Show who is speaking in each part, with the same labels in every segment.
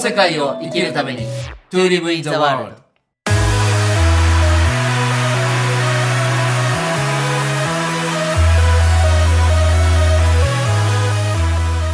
Speaker 1: 世界を生きるために To live in the world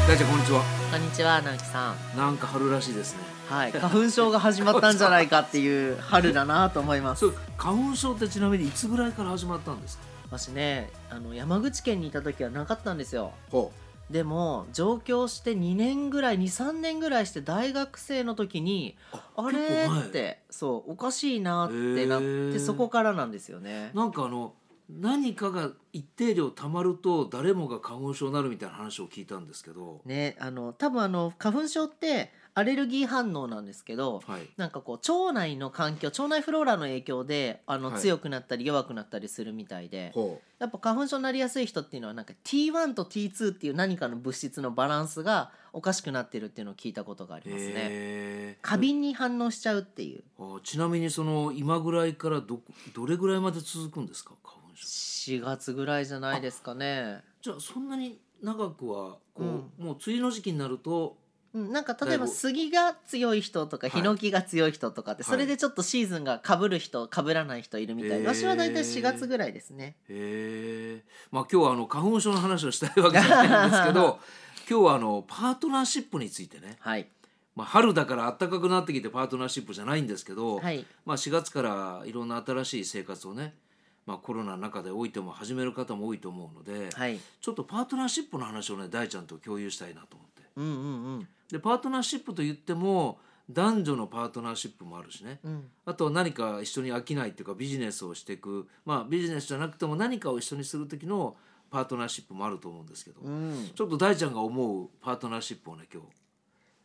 Speaker 2: 大ちゃんこんにちは
Speaker 3: こんにちは、直樹さん。
Speaker 2: なんか春らしいですね
Speaker 3: はい、花粉症が始まったんじゃないかっていう春だなと思います
Speaker 2: そ。う花粉症ってちなみにいつぐらいから始まったんですか
Speaker 3: 私ね、あの山口県にいた時はなかったんですよ。
Speaker 2: ほ
Speaker 3: でも上京して2年ぐらい23年ぐらいして大学生の時にあれ
Speaker 2: 結構前
Speaker 3: ってそうおかしいなってなっ
Speaker 2: へー
Speaker 3: てそこからなんですよね
Speaker 2: なんかあの何かが一定量たまると誰もが花粉症になるみたいな話を聞いたんですけど、
Speaker 3: ねあの多分あの花粉症ってアレルギー反応なんですけど
Speaker 2: はい、
Speaker 3: なんかこう腸内の環境腸内フローラの影響であの
Speaker 2: はい
Speaker 3: 強くなったり弱くなったりするみたいで、
Speaker 2: ほ
Speaker 3: やっぱ花粉症になりやすい人っていうのはなんか T1 と T2 っていう何かの物質のバランスがおかしくなってるっていうのを聞いたことがありますね。
Speaker 2: へー
Speaker 3: 過敏に反応しちゃうっていう
Speaker 2: あちなみにその今ぐらいからどどれぐらいまで続くんですか花粉症
Speaker 3: 4月ぐらいじゃないですかね。
Speaker 2: じゃあそんなに長くはこう、
Speaker 3: うん
Speaker 2: もう梅雨の時期になると
Speaker 3: うん、なんか例え
Speaker 2: だいぶ
Speaker 3: ば杉が強い人とか
Speaker 2: はい
Speaker 3: ヒノキが強い人とかって
Speaker 2: はい
Speaker 3: それでちょっとシーズンが被る人被らない人いるみたい
Speaker 2: へー
Speaker 3: な私は大体4月ぐらいですね。
Speaker 2: へえまあ今日はあの花粉症の話をしたいわけじゃないんです けど今日はあのパートナーシップについてね、
Speaker 3: はい、
Speaker 2: まあ、春だから暖かくなってきてパートナーシップじゃないんですけど、
Speaker 3: はい、
Speaker 2: まあ、4月からいろんな新しい生活をね、まあ、コロナの中でおいても始める方も多いと思うので、
Speaker 3: はい、
Speaker 2: ちょっとパートナーシップの話をね大ちゃんと共有したいなと思って
Speaker 3: うんうんうん
Speaker 2: でパートナーシップと言っても男女のパートナーシップもあるしね
Speaker 3: うん
Speaker 2: あとは何か一緒に商いっていうかビジネスをしていくまあビジネスじゃなくても何かを一緒にする時のパートナーシップもあると思うんですけど、
Speaker 3: うん
Speaker 2: ちょっと大ちゃんが思うパートナーシップをね今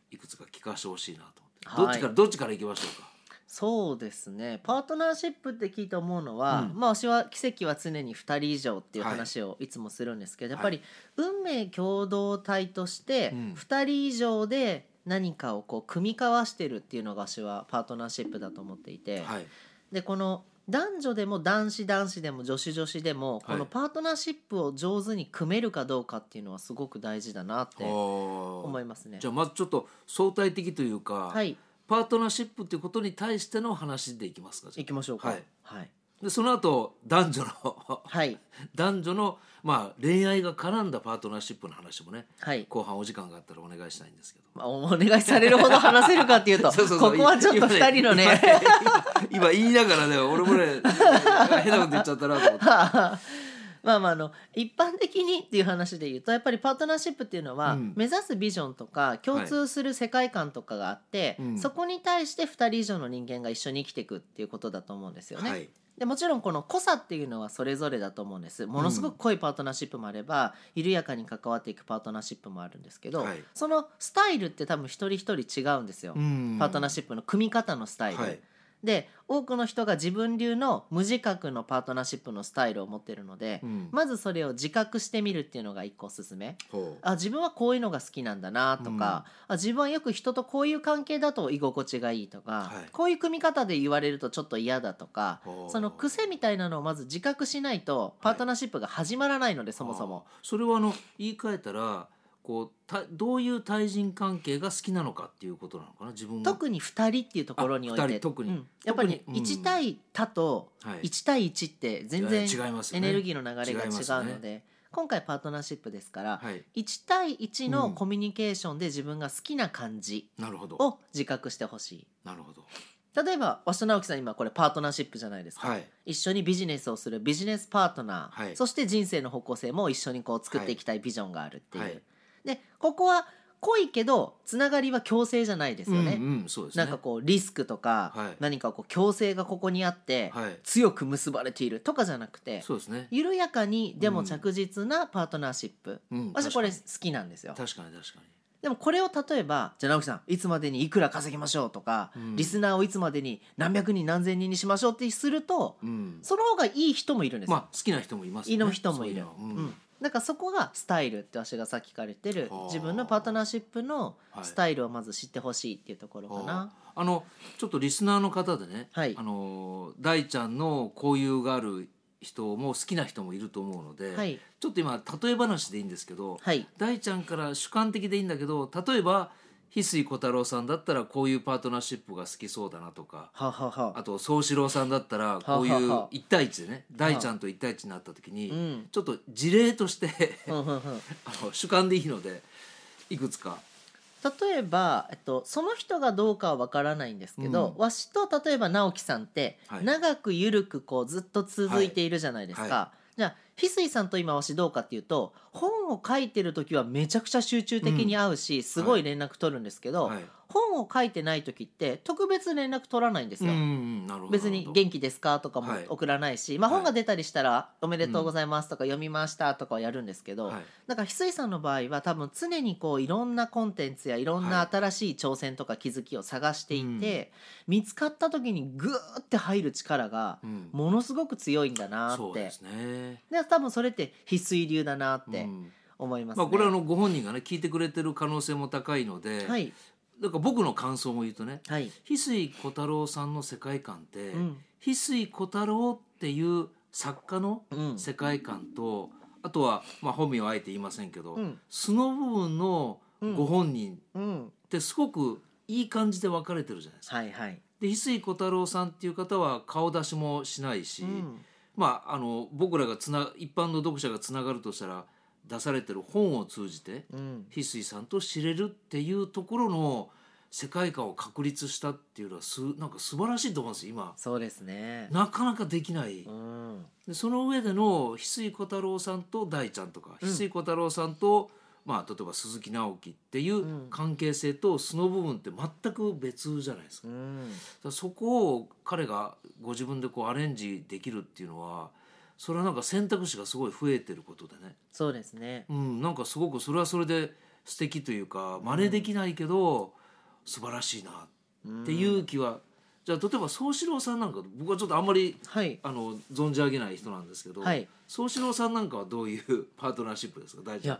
Speaker 2: 日いくつか聞かせてほしいなと思って、
Speaker 3: はい
Speaker 2: どっちからどっちからいきましょうか
Speaker 3: そうですねパートナーシップって聞いて思うのは、
Speaker 2: うん
Speaker 3: まあ私は奇跡は常に2人以上っていう話をいつもするんですけど、や
Speaker 2: はい
Speaker 3: っぱり運命共同体として
Speaker 2: うん
Speaker 3: 2人以上で何かをこう組み交わしてるっていうのが私はパートナーシップだと思っていて、
Speaker 2: はい
Speaker 3: でこの男女でも男子男子でも女子女子でもこ
Speaker 2: は
Speaker 3: の
Speaker 2: い
Speaker 3: パートナーシップを上手に組めるかどうかっていうのはすごく大事だなって
Speaker 2: 思
Speaker 3: 思いますね
Speaker 2: じ。ゃあまずちょっと相対的というか、
Speaker 3: はい
Speaker 2: パートナーシップということに対しての話でいきますかじゃ
Speaker 3: 行きましょうか。
Speaker 2: はい
Speaker 3: はい、
Speaker 2: あでその後男女の
Speaker 3: はい
Speaker 2: 男女の、まあ、恋愛が絡んだパートナーシップの話もね
Speaker 3: はい
Speaker 2: 後半お時間があったらお願いしたいんですけど。
Speaker 3: まあ、お願いされるほど話せるかっていうと
Speaker 2: そうそうそう
Speaker 3: ここはちょっと2人のね。
Speaker 2: 今今今言いながらね俺もね変なこと言っちゃったなと思って。
Speaker 3: まあまああの一般的にっていう話で言うとやっぱりパートナーシップっていうのは、
Speaker 2: うん
Speaker 3: 目指すビジョンとか共通する世界観とかがあって、
Speaker 2: うん
Speaker 3: そこに対して2人以上の人間が一緒に生きていくっていうことだと思うんですよね。
Speaker 2: はい
Speaker 3: でもちろんこの濃さっていうのはそれぞれだと思うんですものすごく濃いパートナーシップもあれば、緩やかに関わっていくパートナーシップもあるんですけど、
Speaker 2: はい
Speaker 3: そのスタイルって多分一人一人違うんですよ、パートナーシップの組み方のスタイル。
Speaker 2: はい
Speaker 3: で多くの人が自分流の無自覚のパートナーシップのスタイルを持ってるので、
Speaker 2: うん
Speaker 3: まずそれを自覚してみるっていうのが一個おすすめ。
Speaker 2: ほう
Speaker 3: あ自分はこういうのが好きなんだなとか、
Speaker 2: うん
Speaker 3: あ自分はよく人とこういう関係だと居心地がいいとか、
Speaker 2: はい
Speaker 3: こういう組み方で言われるとちょっと嫌だとか
Speaker 2: ほう
Speaker 3: その癖みたいなのをまず自覚しないとパートナーシップが始まらないので、そもそも。
Speaker 2: あーそれはあの言い換えたらこうたどういう対人関係が好きなのかっていうことなのかな自分は
Speaker 3: 特に2人っていうところにおい
Speaker 2: あ二
Speaker 3: て
Speaker 2: 人特に
Speaker 3: うんやっぱり
Speaker 2: 特にうん
Speaker 3: 1対他と
Speaker 2: はい
Speaker 3: 1対1って全然
Speaker 2: いや違いますよ
Speaker 3: エ
Speaker 2: ね
Speaker 3: ネルギーの流れが違う
Speaker 2: 違います
Speaker 3: ので、今回パートナーシップですから、
Speaker 2: はい
Speaker 3: 1対1
Speaker 2: う
Speaker 3: の
Speaker 2: ん
Speaker 3: コミュニケーションで自分が好きな感じ
Speaker 2: なるほど
Speaker 3: を自覚してほしい。
Speaker 2: なるほど
Speaker 3: 例えば鷲田直樹さん今これパートナーシップじゃないですか、
Speaker 2: はい
Speaker 3: 一緒にビジネスをするビジネスパートナー、
Speaker 2: はい
Speaker 3: そして人生の方向性も一緒にこう作っていきたいビジョンがあるっていう、
Speaker 2: はい
Speaker 3: でここは濃いけどつながりは強制じゃないですよね、
Speaker 2: うんうんそうですね
Speaker 3: なんかこうリスクとか、
Speaker 2: はい
Speaker 3: 何かこう強制がここにあって、
Speaker 2: はい
Speaker 3: 強く結ばれているとかじゃなくて
Speaker 2: そうですね
Speaker 3: 緩やかにで
Speaker 2: う
Speaker 3: も
Speaker 2: ん
Speaker 3: 着実なパートナーシップ、
Speaker 2: うん
Speaker 3: 私これ好
Speaker 2: 確
Speaker 3: きなんですよ
Speaker 2: かに確かに確かに
Speaker 3: でもこれを例えばじゃあ直樹さんいつまでにいくら稼ぎましょうとか、
Speaker 2: うん
Speaker 3: リスナーをいつまでに何百人何千人にしましょうってすると、
Speaker 2: うん
Speaker 3: その方がいい人もいるんですよ、
Speaker 2: まあ好きな人もいます
Speaker 3: いの人もいる
Speaker 2: そううの
Speaker 3: う
Speaker 2: うんん
Speaker 3: だからそこがスタイルって私がさっきから言ってる
Speaker 2: はあ
Speaker 3: 自分のパートナーシップの
Speaker 2: はい
Speaker 3: スタイルをまず知ってほしいっていうところかな、
Speaker 2: あーあのちょっとリスナーの方でね、
Speaker 3: はい
Speaker 2: あの大ちゃんの交友がある人も好きな人もいると思うので、
Speaker 3: はい
Speaker 2: ちょっと今例え話でいいんですけど、
Speaker 3: はい
Speaker 2: 大ちゃんから主観的でいいんだけど例えば翡翠小太郎さんだったらこういうパートナーシップが好きそうだなとか
Speaker 3: ははは
Speaker 2: あと宗志郎さんだったらこうい
Speaker 3: はは
Speaker 2: う
Speaker 3: は
Speaker 2: 一対一でね大ちゃんと一対一になった時
Speaker 3: う
Speaker 2: に
Speaker 3: ん
Speaker 2: ちょっと事例として
Speaker 3: ふんふんふん
Speaker 2: あの主観でいいのでいくつか
Speaker 3: 例えば、えっと、その人がどうかは分からないんですけど、
Speaker 2: うん
Speaker 3: わしと例えば直樹さんって、
Speaker 2: はい
Speaker 3: 長く緩くこうずっと続いているじゃないですか、
Speaker 2: はいは
Speaker 3: じゃあ翡翠さんと今わしどうかっていうと本を書いてる時はめちゃくちゃ集中的に会うし、すごい連絡取るんですけど、
Speaker 2: はい
Speaker 3: 本を書いてない時って特別連絡取らないんです
Speaker 2: うん
Speaker 3: よ。
Speaker 2: うんなるほど
Speaker 3: 別に「元気ですか?」とかも
Speaker 2: はい
Speaker 3: 送らないし、まあ、
Speaker 2: はい
Speaker 3: 本が出たりしたら「おめでとうございます」とか「読みました」とかはやるんですけど、
Speaker 2: なるほどはい
Speaker 3: なんか翡翠さんの場合は多分常にこういろんなコンテンツやいろん
Speaker 2: は
Speaker 3: ない新しい挑戦とか気づきを探していて、見つかった時にグーって入る力が
Speaker 2: うん
Speaker 3: ものすごく強いんだな
Speaker 2: そ
Speaker 3: っ
Speaker 2: う
Speaker 3: て
Speaker 2: ですね
Speaker 3: で多分それって翡翠流だなっ
Speaker 2: う
Speaker 3: て
Speaker 2: ん
Speaker 3: 思いますね。
Speaker 2: まあこれはあのご本人がね聞いてくれてる可能性も高いので
Speaker 3: はい、
Speaker 2: なんか僕の感想も言うとね
Speaker 3: はい
Speaker 2: 翡翠小太郎さんの世界観って、
Speaker 3: うん
Speaker 2: 翡翠小太郎っていう作家の
Speaker 3: うん
Speaker 2: 世界観と、あとは、まあ、本名はあえて言いませんけど、
Speaker 3: うん
Speaker 2: 素の部分のご本人
Speaker 3: うん、
Speaker 2: ってすごくいい感じで分かれてるじゃないですか。
Speaker 3: はいはい、
Speaker 2: で翡翠小太郎さんっていう方は顔出しもしないし、
Speaker 3: うん
Speaker 2: まあ、あの僕らがつな一般の読者がつながるとしたら出されてる本を通じて
Speaker 3: うん
Speaker 2: 翡翠さんと知れるっていうところの世界観を確立したっていうのはすなんか素晴らしいと思うんですよ今
Speaker 3: そうですね。
Speaker 2: なかなかできない、
Speaker 3: うん
Speaker 2: でその上での翡翠小太郎さんと大ちゃんとか、
Speaker 3: うん
Speaker 2: 翡翠小太郎さんと、まあ、例えば鈴木直樹ってい
Speaker 3: ん
Speaker 2: う関係性と素の部分って全く別じゃないですか
Speaker 3: う。ん
Speaker 2: だからそこを彼がご自分でこうアレンジできるっていうのはそれはなんか選択肢がすごい増えてることでね、
Speaker 3: そうですね。
Speaker 2: うん、なんかすごくそれはそれで素敵というか真似できないけど、素晴らしいなっていう気は、じゃあ例えば宗志郎さんなんか僕はちょっとあんまり
Speaker 3: はい。
Speaker 2: あの存じ上げない人なんですけど、
Speaker 3: はい
Speaker 2: 宗志郎さんなんかはどういうパートナーシップですか大
Speaker 3: い
Speaker 2: 丈夫
Speaker 3: や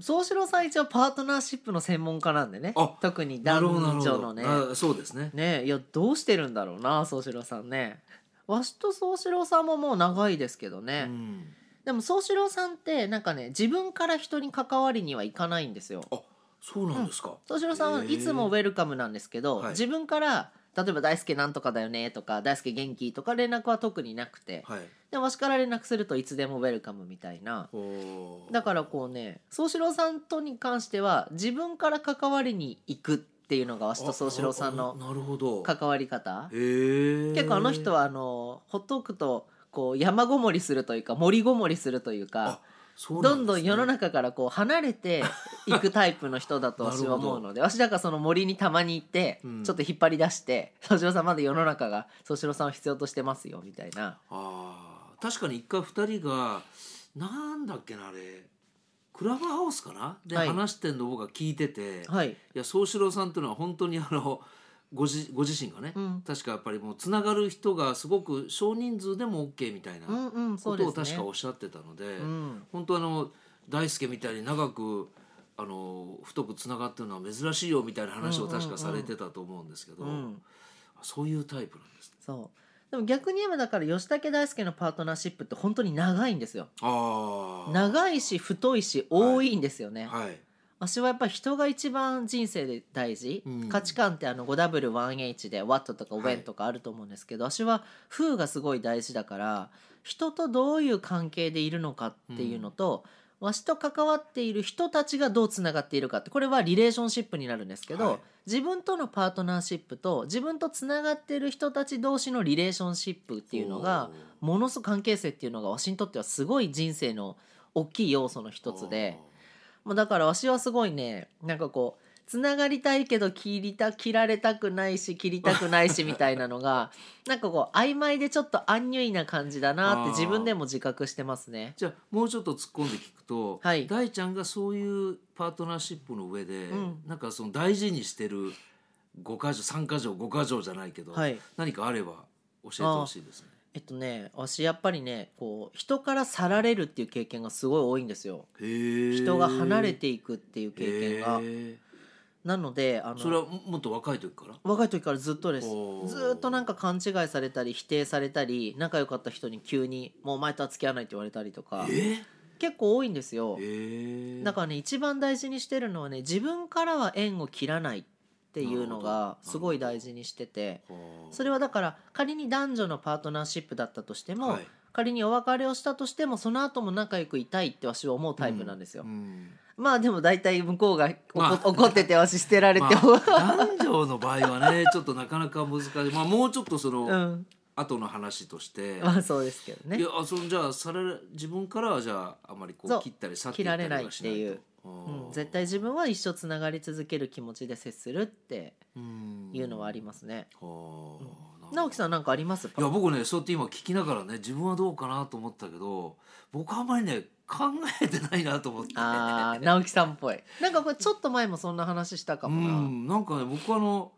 Speaker 3: 宗志郎さん一応パートナーシップの専門家なんでね
Speaker 2: あ
Speaker 3: 特に
Speaker 2: な
Speaker 3: 男
Speaker 2: るほどなるほ
Speaker 3: 女
Speaker 2: ど
Speaker 3: のね
Speaker 2: あそうですね
Speaker 3: ねいやどうしてるんだろうな宗志郎さんねわしと宗志郎さんももう長いですけど
Speaker 2: う
Speaker 3: ね、
Speaker 2: ん、
Speaker 3: でも宗志郎さんってなんかね自分から人に関わりにはいかないんですよ
Speaker 2: あそうなんですか、
Speaker 3: 宗志郎さんはいつもウェルカムなんですけど、
Speaker 2: はい
Speaker 3: 自分から例えば「大輔なんとかだよね」とか「大輔元気」とか連絡は特になくて、
Speaker 2: はい
Speaker 3: でわしから連絡するといつでもウェルカムみたいな
Speaker 2: ほう
Speaker 3: だからこうね宗志郎さんとに関しては自分から関わりに行くっていうのがわしと宗志郎さんの
Speaker 2: ああなるほど
Speaker 3: 関わり方
Speaker 2: 結
Speaker 3: 結構あの人はあのほっとくとこう山ごもりするというか森ごもりするというかどんどん世の中からこう離れていくタイプの人だ と
Speaker 2: なるほ
Speaker 3: 私
Speaker 2: ど
Speaker 3: は思うので私だからその森にたまに行って
Speaker 2: うん
Speaker 3: ちょっと引っ張り出して「宗志郎さんまだ世の中が宗志郎さんを必要としてますよ」みたいな
Speaker 2: あー確かに一回二人がなんだっけなあれクラブハウスかなで、
Speaker 3: はい
Speaker 2: 話してんの僕が聞いてて、い、
Speaker 3: はい
Speaker 2: や宗志郎さんっていうのは本当にあの ごじご自身がね、
Speaker 3: うん
Speaker 2: 確かやっぱりもうつながる人がすごく少人数でも OK みたいな
Speaker 3: うんうんそ
Speaker 2: こ
Speaker 3: うで
Speaker 2: と
Speaker 3: す
Speaker 2: を
Speaker 3: ね
Speaker 2: 確かおっしゃってたので、
Speaker 3: うん
Speaker 2: 本当あの大輔みたいに長くあの太くつながってるのは珍しいよみたいな話を確かされてたと思うんですけど、
Speaker 3: うん
Speaker 2: そういうタイプなんですね。
Speaker 3: そうでも逆に言えばだから吉武大輔のパートナーシップって本当に長いんですよ
Speaker 2: ああ
Speaker 3: 長いし太いし多いんですよね、
Speaker 2: はい
Speaker 3: 私はやっぱ人が一番人生で大事、
Speaker 2: うん
Speaker 3: 価値観ってあの 5W1H で What とか
Speaker 2: はい
Speaker 3: When とかあると思うんですけど、私は風がすごい大事だから人とどういう関係でいるのかっていうのと、わしと関わっている人たちがどうつながっているかってこれはリレーションシップになるんですけど、
Speaker 2: はい
Speaker 3: 自分とのパートナーシップと自分とつながっている人たち同士のリレーションシップっていうのがものすごく関係性っていうのがわしにとってはすごい人生の大きい要素の一つで。もうだからわしはすごいねなんかこうつながりたいけど切りた切られたくないし切りたくない しみたいなのがなんかこう曖昧でちょっとアンニュイな感じだなって
Speaker 2: あー
Speaker 3: 自分でも自覚してますね。
Speaker 2: じゃあもうちょっと突っ込んで聞くと、
Speaker 3: はい
Speaker 2: 大ちゃんがそういうパートナーシップの上で、
Speaker 3: うん
Speaker 2: なんかその大事にしてる五箇条三箇条五箇条じゃないけど、
Speaker 3: はい
Speaker 2: 何かあれば教えてほしいですね。
Speaker 3: えっとねわしやっぱりねこう人から去られるっていう経験がすごい多いんですよ。
Speaker 2: へえ
Speaker 3: 人が離れていくっていう経験が
Speaker 2: へ。ー
Speaker 3: なのであ
Speaker 2: それ
Speaker 3: の
Speaker 2: はもっと若い時から
Speaker 3: 若い時からずっとです
Speaker 2: おー
Speaker 3: ずーっとなんか勘違いされたり否定されたり仲良かった人に急に「もうお前とは付き合わない」って言われたりとか
Speaker 2: え
Speaker 3: 結構多いんですよ。
Speaker 2: え
Speaker 3: だからね一番大事にしてるのはね自分からは縁を切らないっっていうの
Speaker 2: なるほ
Speaker 3: が
Speaker 2: ど
Speaker 3: すごい大事にしててそ
Speaker 2: れ
Speaker 3: れはだから仮に男女のパートナーシップだったとしても、
Speaker 2: はい
Speaker 3: 仮にお別れをしたとしてもその後も仲良くいたいって私は思うタイプなんですよ、
Speaker 2: うん
Speaker 3: まあでも大体向こうが怒,、
Speaker 2: まあ
Speaker 3: 怒ってて私捨てられて
Speaker 2: ま
Speaker 3: も、
Speaker 2: あ、男女の場合はね ちょっとなかなか難しい、まあ、もうちょっとその、
Speaker 3: うん
Speaker 2: 後の話とし て、
Speaker 3: まあそうですけどね
Speaker 2: いやあそのじゃあされ自分からはじゃああまりこ
Speaker 3: そうう
Speaker 2: 切ったり去っていったりはしないと
Speaker 3: 切られないっていううん、絶対自分は一生つながり続ける気持ちで接するっていうのはありますね、直樹
Speaker 2: ん
Speaker 3: さんなんかあります
Speaker 2: いや僕ねそうやって今聞きながらね自分はどうかなと思ったけど僕はあんまりね考えてないなと思って
Speaker 3: あー直樹さんっぽいなんかこれちょっと前もそんな話したか
Speaker 2: う
Speaker 3: もな、
Speaker 2: んなんかね僕はあの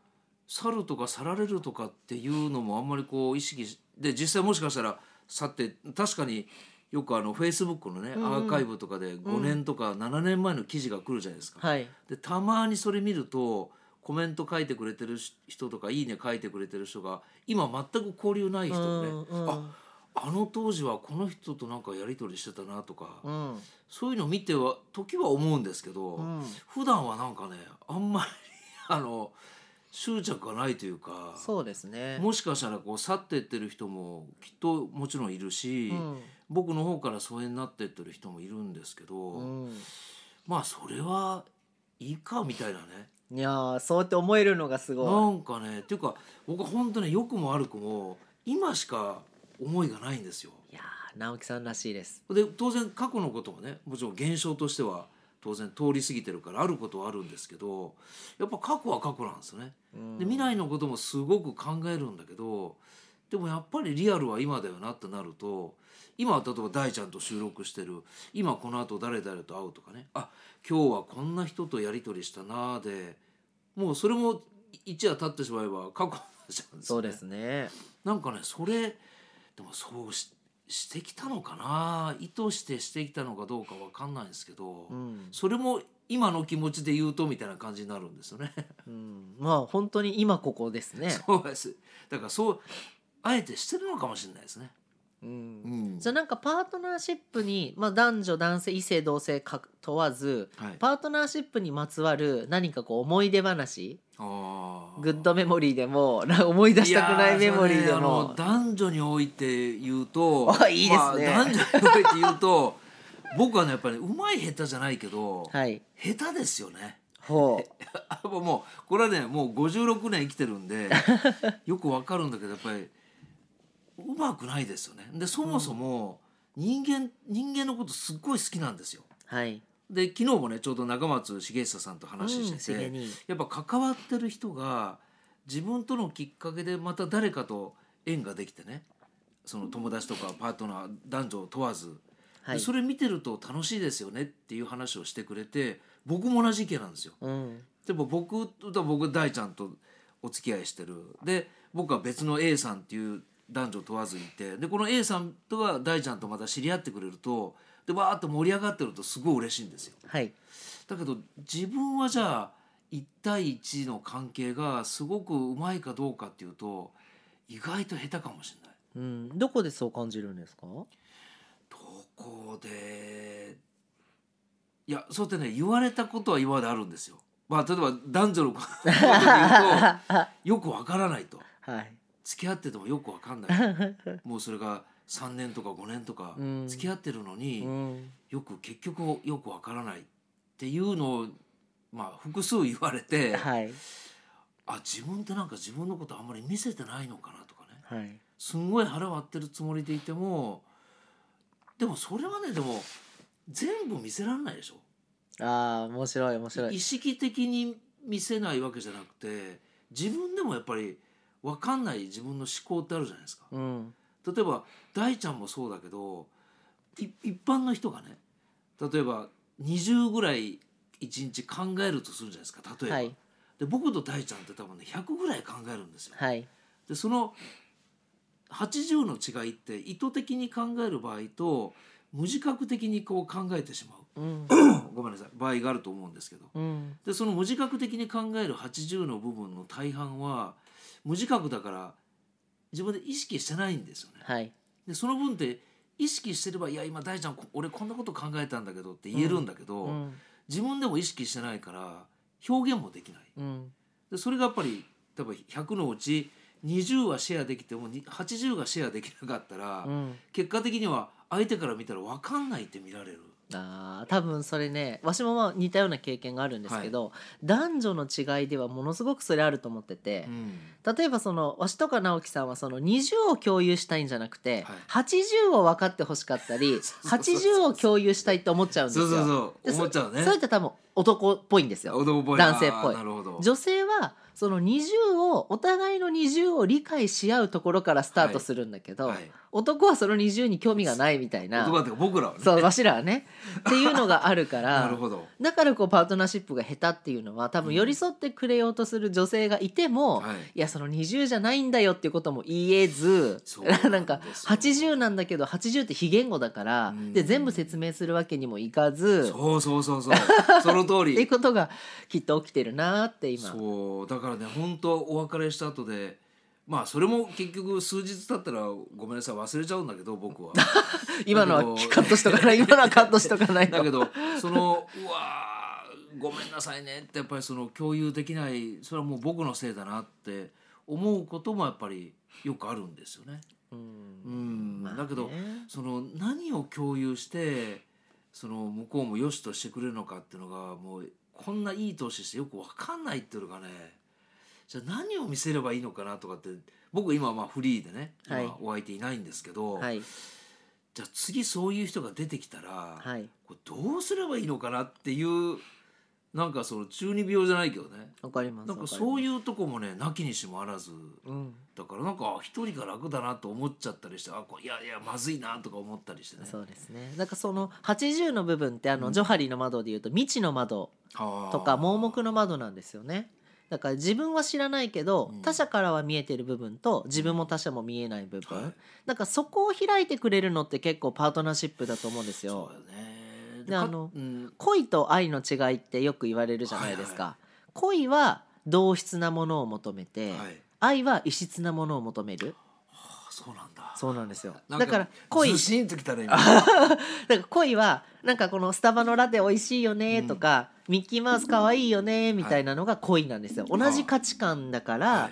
Speaker 2: 去るとか去られるとかっていうのもあんまりこう意識しで実際もしかしたら去って確かによくあのフェイスブックのね、
Speaker 3: んうん
Speaker 2: アーカイブとかで5年とか7年前の記事が来るじゃないですか。
Speaker 3: はい
Speaker 2: でたまにそれ見るとコメント書いてくれてるし人とか「いいね」書いてくれてる人が今全く交流ない人で、
Speaker 3: うんうん
Speaker 2: ああの当時はこの人となんかやり取りしてたなとか、
Speaker 3: うん
Speaker 2: そういうの見ては時は思うんですけど、
Speaker 3: うん
Speaker 2: 普段はなんかねあんまりあの執着がないというか
Speaker 3: そうですね
Speaker 2: もしかしたらこう去ってってる人もきっともちろんいるし、僕の方から疎遠になってってる人もいるんですけど、
Speaker 3: うん、うん
Speaker 2: まあそれはいいかみたいなね。
Speaker 3: いやーそうやって思えるのがす
Speaker 2: な
Speaker 3: ご
Speaker 2: んかねっていうか僕は本当ね良くも悪くも今しか思いがないんですよ
Speaker 3: いいやー直樹さんらしいです
Speaker 2: で当然過去のこともねもちろん現象としては当然通り過ぎてるからあることはあるんですけどやっぱ過去は過去なんですよね
Speaker 3: うん
Speaker 2: で未来のこともすごく考えるんだけどでもやっぱりリアルは今だよなってなると今例えば大ちゃんと収録してる今この後誰々と会うとかねあ今日はこんな人とやり取りしたなーでもうそれも一夜経ってしまえば過去になっちゃうんです
Speaker 3: そ
Speaker 2: よ
Speaker 3: う
Speaker 2: ね
Speaker 3: ですね
Speaker 2: なんかねそれでもそうししてきたのかな意図してしてきたのかどうかわかんないんですけど、
Speaker 3: うん、
Speaker 2: それも今の気持ちで言うとみたいな感じになるんですよね。
Speaker 3: うん、まあ本当に今ここですね
Speaker 2: そうです。だからそうあえてしてるのかもしれないですね。
Speaker 3: うん
Speaker 2: ん
Speaker 3: じゃあなんかパートナーシップに、まあ、男女男性異性同性か問わず
Speaker 2: はい。
Speaker 3: パートナーシップにまつわる何かこう思い出話
Speaker 2: ああ。
Speaker 3: グッドメモリーでも な思い出したくないメモリーで
Speaker 2: いやそれねあ
Speaker 3: も
Speaker 2: の男女において言うと
Speaker 3: あいいですね
Speaker 2: まあ、男女において言うと 僕はねやっぱりうまい下手じゃないけど、
Speaker 3: はい
Speaker 2: 下手ですよね。
Speaker 3: ほ
Speaker 2: あもうもうこれはねもう56年生きてる んでよくわかるんだけどやっぱりうまくないですよね。でそもそも人間、人間のことすっごい好きなんですよ。
Speaker 3: うはい
Speaker 2: で昨日もねちょうど中松茂久さんと話
Speaker 3: うん
Speaker 2: して
Speaker 3: 茂
Speaker 2: て、
Speaker 3: に
Speaker 2: やっぱ関わってる人が自分とのきっかけでまた誰かと縁ができてねその友達とかパートナー男女を問わず、
Speaker 3: は
Speaker 2: で
Speaker 3: い
Speaker 2: それ見てると楽しいですよねっていう話をしてくれて僕も同じ意見なんですよ。
Speaker 3: うん
Speaker 2: でも僕と僕大ちゃんとお付き合いしてるで僕は別の A さんっていう男女問わずいてでこの A さんとは大ちゃんとまた知り合ってくれるとでわーっと盛り上がってるとすごい嬉しいんですよ。
Speaker 3: はい
Speaker 2: だけど自分はじゃあ1対1の関係がすごくうまいかどうかっていうと意外と下手かもしれない。
Speaker 3: うん、どこでそう感じるんですか
Speaker 2: どこでいやそうやってね言われたことは今まであるんですよ。まあ例えば男女のことで言うとよくわからないと
Speaker 3: はい
Speaker 2: 付き合っててもよくわかんないもうそれが3年とか5年とか
Speaker 3: うん
Speaker 2: 付き合ってるのに、
Speaker 3: うん
Speaker 2: よく結局よくわからないっていうのをまあ複数言われ て、
Speaker 3: はい
Speaker 2: あ自分ってなんか自分のことあんまり見せてないのかなとかね
Speaker 3: はい
Speaker 2: すんごい腹割ってるつもりでいてもでもそれはねでも全部見せられないでしょ
Speaker 3: ああ面白い面白
Speaker 2: 意
Speaker 3: い
Speaker 2: 識的に見せないわけじゃなくて自分でもやっぱり分かんない自分の思考ってあるじゃないですか。
Speaker 3: うん
Speaker 2: 例えば大ちゃんもそうだけどい一般の人がね例えば20ぐらい一日考えるとするじゃないですか例えば、
Speaker 3: はい
Speaker 2: で僕と大ちゃんって多分ね100ぐらい考えるんですよ。
Speaker 3: はい
Speaker 2: でその80の違いって意図的に考える場合と無自覚的にこう考えてしま
Speaker 3: うん
Speaker 2: うごめんなさい場合があると思うんですけど
Speaker 3: うん
Speaker 2: でその無自覚的に考える80の部分の大半は無自覚だから自分で意識してないんですよね。
Speaker 3: はい
Speaker 2: でその分って意識してれば「いや今大ちゃんこ俺こんなこと考えたんだけど」って言えるんだけど、
Speaker 3: うん
Speaker 2: 自分でも意識してないから表現もできない
Speaker 3: うん
Speaker 2: ででそれがやっぱり多分100のうち20はシェアできてもに80がシェアできなかったら、
Speaker 3: うん、
Speaker 2: 結果的には相手から見たら分かんないって見られる。
Speaker 3: あー多分それねわしもまあ似たような経験があるんですけど、男女の違いではものすごくそれあると思ってて、例えばそのわしとか直樹さんはその20を共有したいんじゃなくて、
Speaker 2: はい
Speaker 3: 80を分かってほしかったり
Speaker 2: そうそうそう
Speaker 3: 80を共有したいって思っちゃうんです
Speaker 2: そ
Speaker 3: よ。
Speaker 2: うそうそう
Speaker 3: で
Speaker 2: 思っちゃうね
Speaker 3: それって多分男っぽいんですよ。
Speaker 2: 男っぽい
Speaker 3: 男性っぽい
Speaker 2: あーなるほど
Speaker 3: 女性はその20をお互いの20を理解し合うところからスタートするんだけど、
Speaker 2: はい、
Speaker 3: 男はその20に興味がないみたいな
Speaker 2: 男だっていうか僕らはね
Speaker 3: そうわしらはねっていうのがあるか
Speaker 2: な
Speaker 3: ら
Speaker 2: るほど
Speaker 3: だからこうパートナーシップが下手っていうのは多分寄り添ってくれようとする女性がいても、
Speaker 2: はい
Speaker 3: い、やその20じゃないんだよっていうことも言えず
Speaker 2: そうなんですよ
Speaker 3: なんか80なんだけど80って非言語だから、
Speaker 2: うん
Speaker 3: で全部説明するわけにもいかずっ
Speaker 2: そうそうそうそう その通
Speaker 3: ていう
Speaker 2: り
Speaker 3: ことがきっと起きてるなって今
Speaker 2: そうだからね本当お別れした後でまあそれも結局数日経ったらごめんなさい忘れちゃうんだけ ど僕は
Speaker 3: 今のは
Speaker 2: だけど
Speaker 3: カットしとか ない今のはカットしとかないと
Speaker 2: だけどそのうわーごめんなさいねってやっぱりその共有できないそれはもう僕のせいだなって思うこともやっぱりよくあるんですよね。
Speaker 3: うん
Speaker 2: うん
Speaker 3: まあね
Speaker 2: だけどその何を共有してその向こうも良しとしてくれるのかっていうのがもうこんないい年してよく分かんないっていうのがねじゃあ何を見せればいいのかなとかって僕今はまあフリーでね、今
Speaker 3: はい
Speaker 2: お相手いないんですけど、
Speaker 3: はい
Speaker 2: じゃあ次そういう人が出てきたら、
Speaker 3: はい
Speaker 2: これどうすればいいのかなっていうなんかその中二病じゃないけどね
Speaker 3: わかります
Speaker 2: なんかそう
Speaker 3: う、
Speaker 2: いうとこもねなきにしもあらず
Speaker 3: うん、
Speaker 2: だからなんか一人が楽だなと思っちゃったりしてあこれいやいやまずいなとか思ったりしてね。
Speaker 3: そうですねなんかその80の部分ってあの、
Speaker 2: うん
Speaker 3: ジョハリの窓でいうと未知の窓と
Speaker 2: と
Speaker 3: か盲目の窓なんですよねだから自分は知らないけど、
Speaker 2: うん
Speaker 3: 他者からは見えてる部分と自分も他者も見えない部分、
Speaker 2: はい
Speaker 3: なんかそこを開いてくれるのって結構パートナーシップだと思うんです
Speaker 2: そ
Speaker 3: よ
Speaker 2: うよね
Speaker 3: であの
Speaker 2: うん
Speaker 3: 恋と愛の違いってよく言われるじゃないですか、恋は同質なものを求めて、
Speaker 2: はい
Speaker 3: 愛は異質なものを求める
Speaker 2: あそうなんだ
Speaker 3: そうなんですよ
Speaker 2: なん
Speaker 3: だから恋
Speaker 2: ずしんときたね今
Speaker 3: なんか恋はなんかこのスタバのラテ美味しいよねとか、ミッキーマウス可愛いよねみたいなのが恋なんですよ、
Speaker 2: はい
Speaker 3: 同じ価値観だから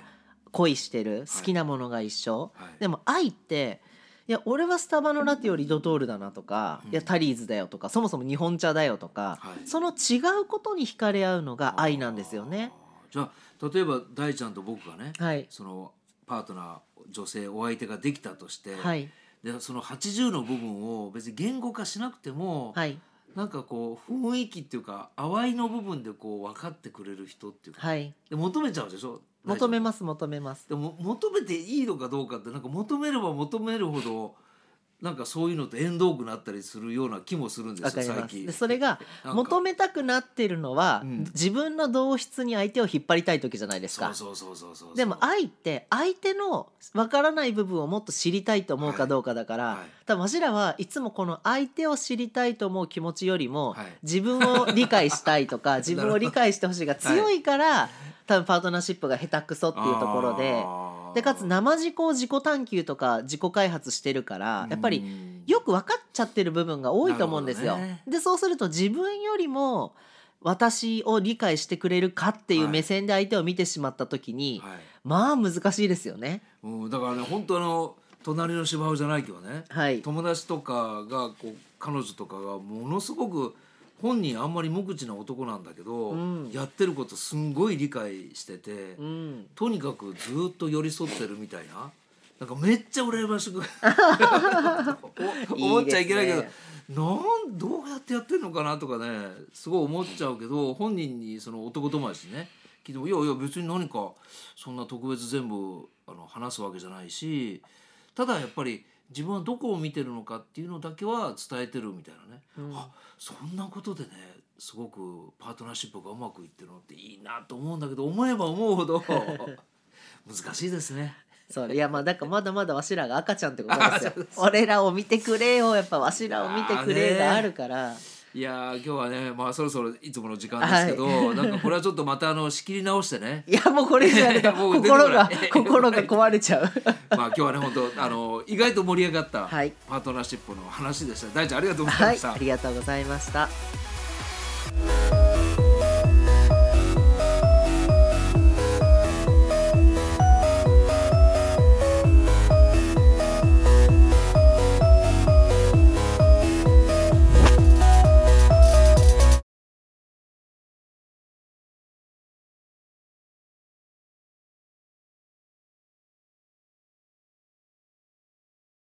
Speaker 3: 恋してる好きなものが一緒、
Speaker 2: はい
Speaker 3: でも愛っていや俺はスタバのラテよりドトールだなとか、
Speaker 2: うん
Speaker 3: いやタリーズだよとかそもそも日本茶だよとか、
Speaker 2: はい
Speaker 3: その違うことに惹かれ合うのが愛なんですよね。
Speaker 2: あーじゃあ例えば大ちゃんと僕がね
Speaker 3: はい、
Speaker 2: そのパートナー女性お相手ができたとして
Speaker 3: はい、
Speaker 2: でその80の部分を別に言語化しなくても
Speaker 3: はい、
Speaker 2: なんかこう雰囲気っていうか淡いの部分でこう分かってくれる人っていうか
Speaker 3: はい、
Speaker 2: で求めちゃうでしょ大ちゃ
Speaker 3: 求
Speaker 2: ん
Speaker 3: めます求めます。
Speaker 2: でも求めていいのかどうかってなんか求めれば求めるほどなんかそういうのと縁遠くなったりするような気もするんで
Speaker 3: わ
Speaker 2: す
Speaker 3: か
Speaker 2: よ
Speaker 3: り
Speaker 2: 最
Speaker 3: ます
Speaker 2: 近
Speaker 3: で。それが
Speaker 2: なんか
Speaker 3: 求めたくなってるのは、
Speaker 2: うん
Speaker 3: 自分の同質に相手を引っ張りたい時じゃないです
Speaker 2: そ
Speaker 3: か
Speaker 2: うそうそうそうそう
Speaker 3: でも愛って相手のわからない部分をもっと知りたいと思うかどうかだから、
Speaker 2: はいはい
Speaker 3: 多分わしらはいつもこの相手を知りたいと思う気持ちよりも、
Speaker 2: はい
Speaker 3: 自分を理解したいと か 自分を理解してほしいが強いから、多分パートナーシップが下手くそっていうところで
Speaker 2: あー
Speaker 3: でかつ生自己自己探求とか自己開発してるからやっぱり
Speaker 2: うん
Speaker 3: よく分かっちゃってる部分が多いと思うんですよ。
Speaker 2: なるほどね
Speaker 3: でそうすると自分よりも私を理解してくれるかっていう目線で相手を見てしまった時に、
Speaker 2: はい
Speaker 3: まあ難しいですよね。
Speaker 2: うん、だからね本当あの隣の芝生じゃないけどね
Speaker 3: はい。
Speaker 2: 友達とかがこう彼女とかがものすごく本人あんまり無口な男なんだけど、
Speaker 3: うん
Speaker 2: やってることすんごい理解してて。
Speaker 3: うん。
Speaker 2: とにかくずーっと寄り添ってるみたいななんかめっちゃ羨ましくお思っちゃいけないけど
Speaker 3: いいです
Speaker 2: なんどうやってやってんのかなとかねすごい思っちゃうけど本人にその男友達にね聞いても「いやいや別に何かそんな特別全部あの話すわけじゃないしただやっぱり自分はどこを見てるのかっていうのだけは伝えてるみたいなね、
Speaker 3: うん
Speaker 2: あそんなことでねすごくパートナーシップがうまくいってるのっていいなと思うんだけど思えば思うほど難しいですね。
Speaker 3: そういやまあだからまだまだわしらが赤ちゃんってことですよ。俺らを見てくれよやっぱわしらを見てくれがあるから。
Speaker 2: いやー今日はねまあそろそろいつもの時間ですけど、なんかこれはちょっとまたあの仕切り直して ね
Speaker 3: いやもうこれ以上 やると
Speaker 2: もう出てこ
Speaker 3: 心
Speaker 2: な
Speaker 3: が
Speaker 2: い
Speaker 3: 心が壊れ ちゃう。
Speaker 2: まあ今日はね本当あの意外と盛り上がったパ
Speaker 3: はい
Speaker 2: ートナーシップの話でした。大ちゃんありがとうござい
Speaker 3: は
Speaker 2: ま
Speaker 3: い
Speaker 2: した。
Speaker 3: ありがとうございました。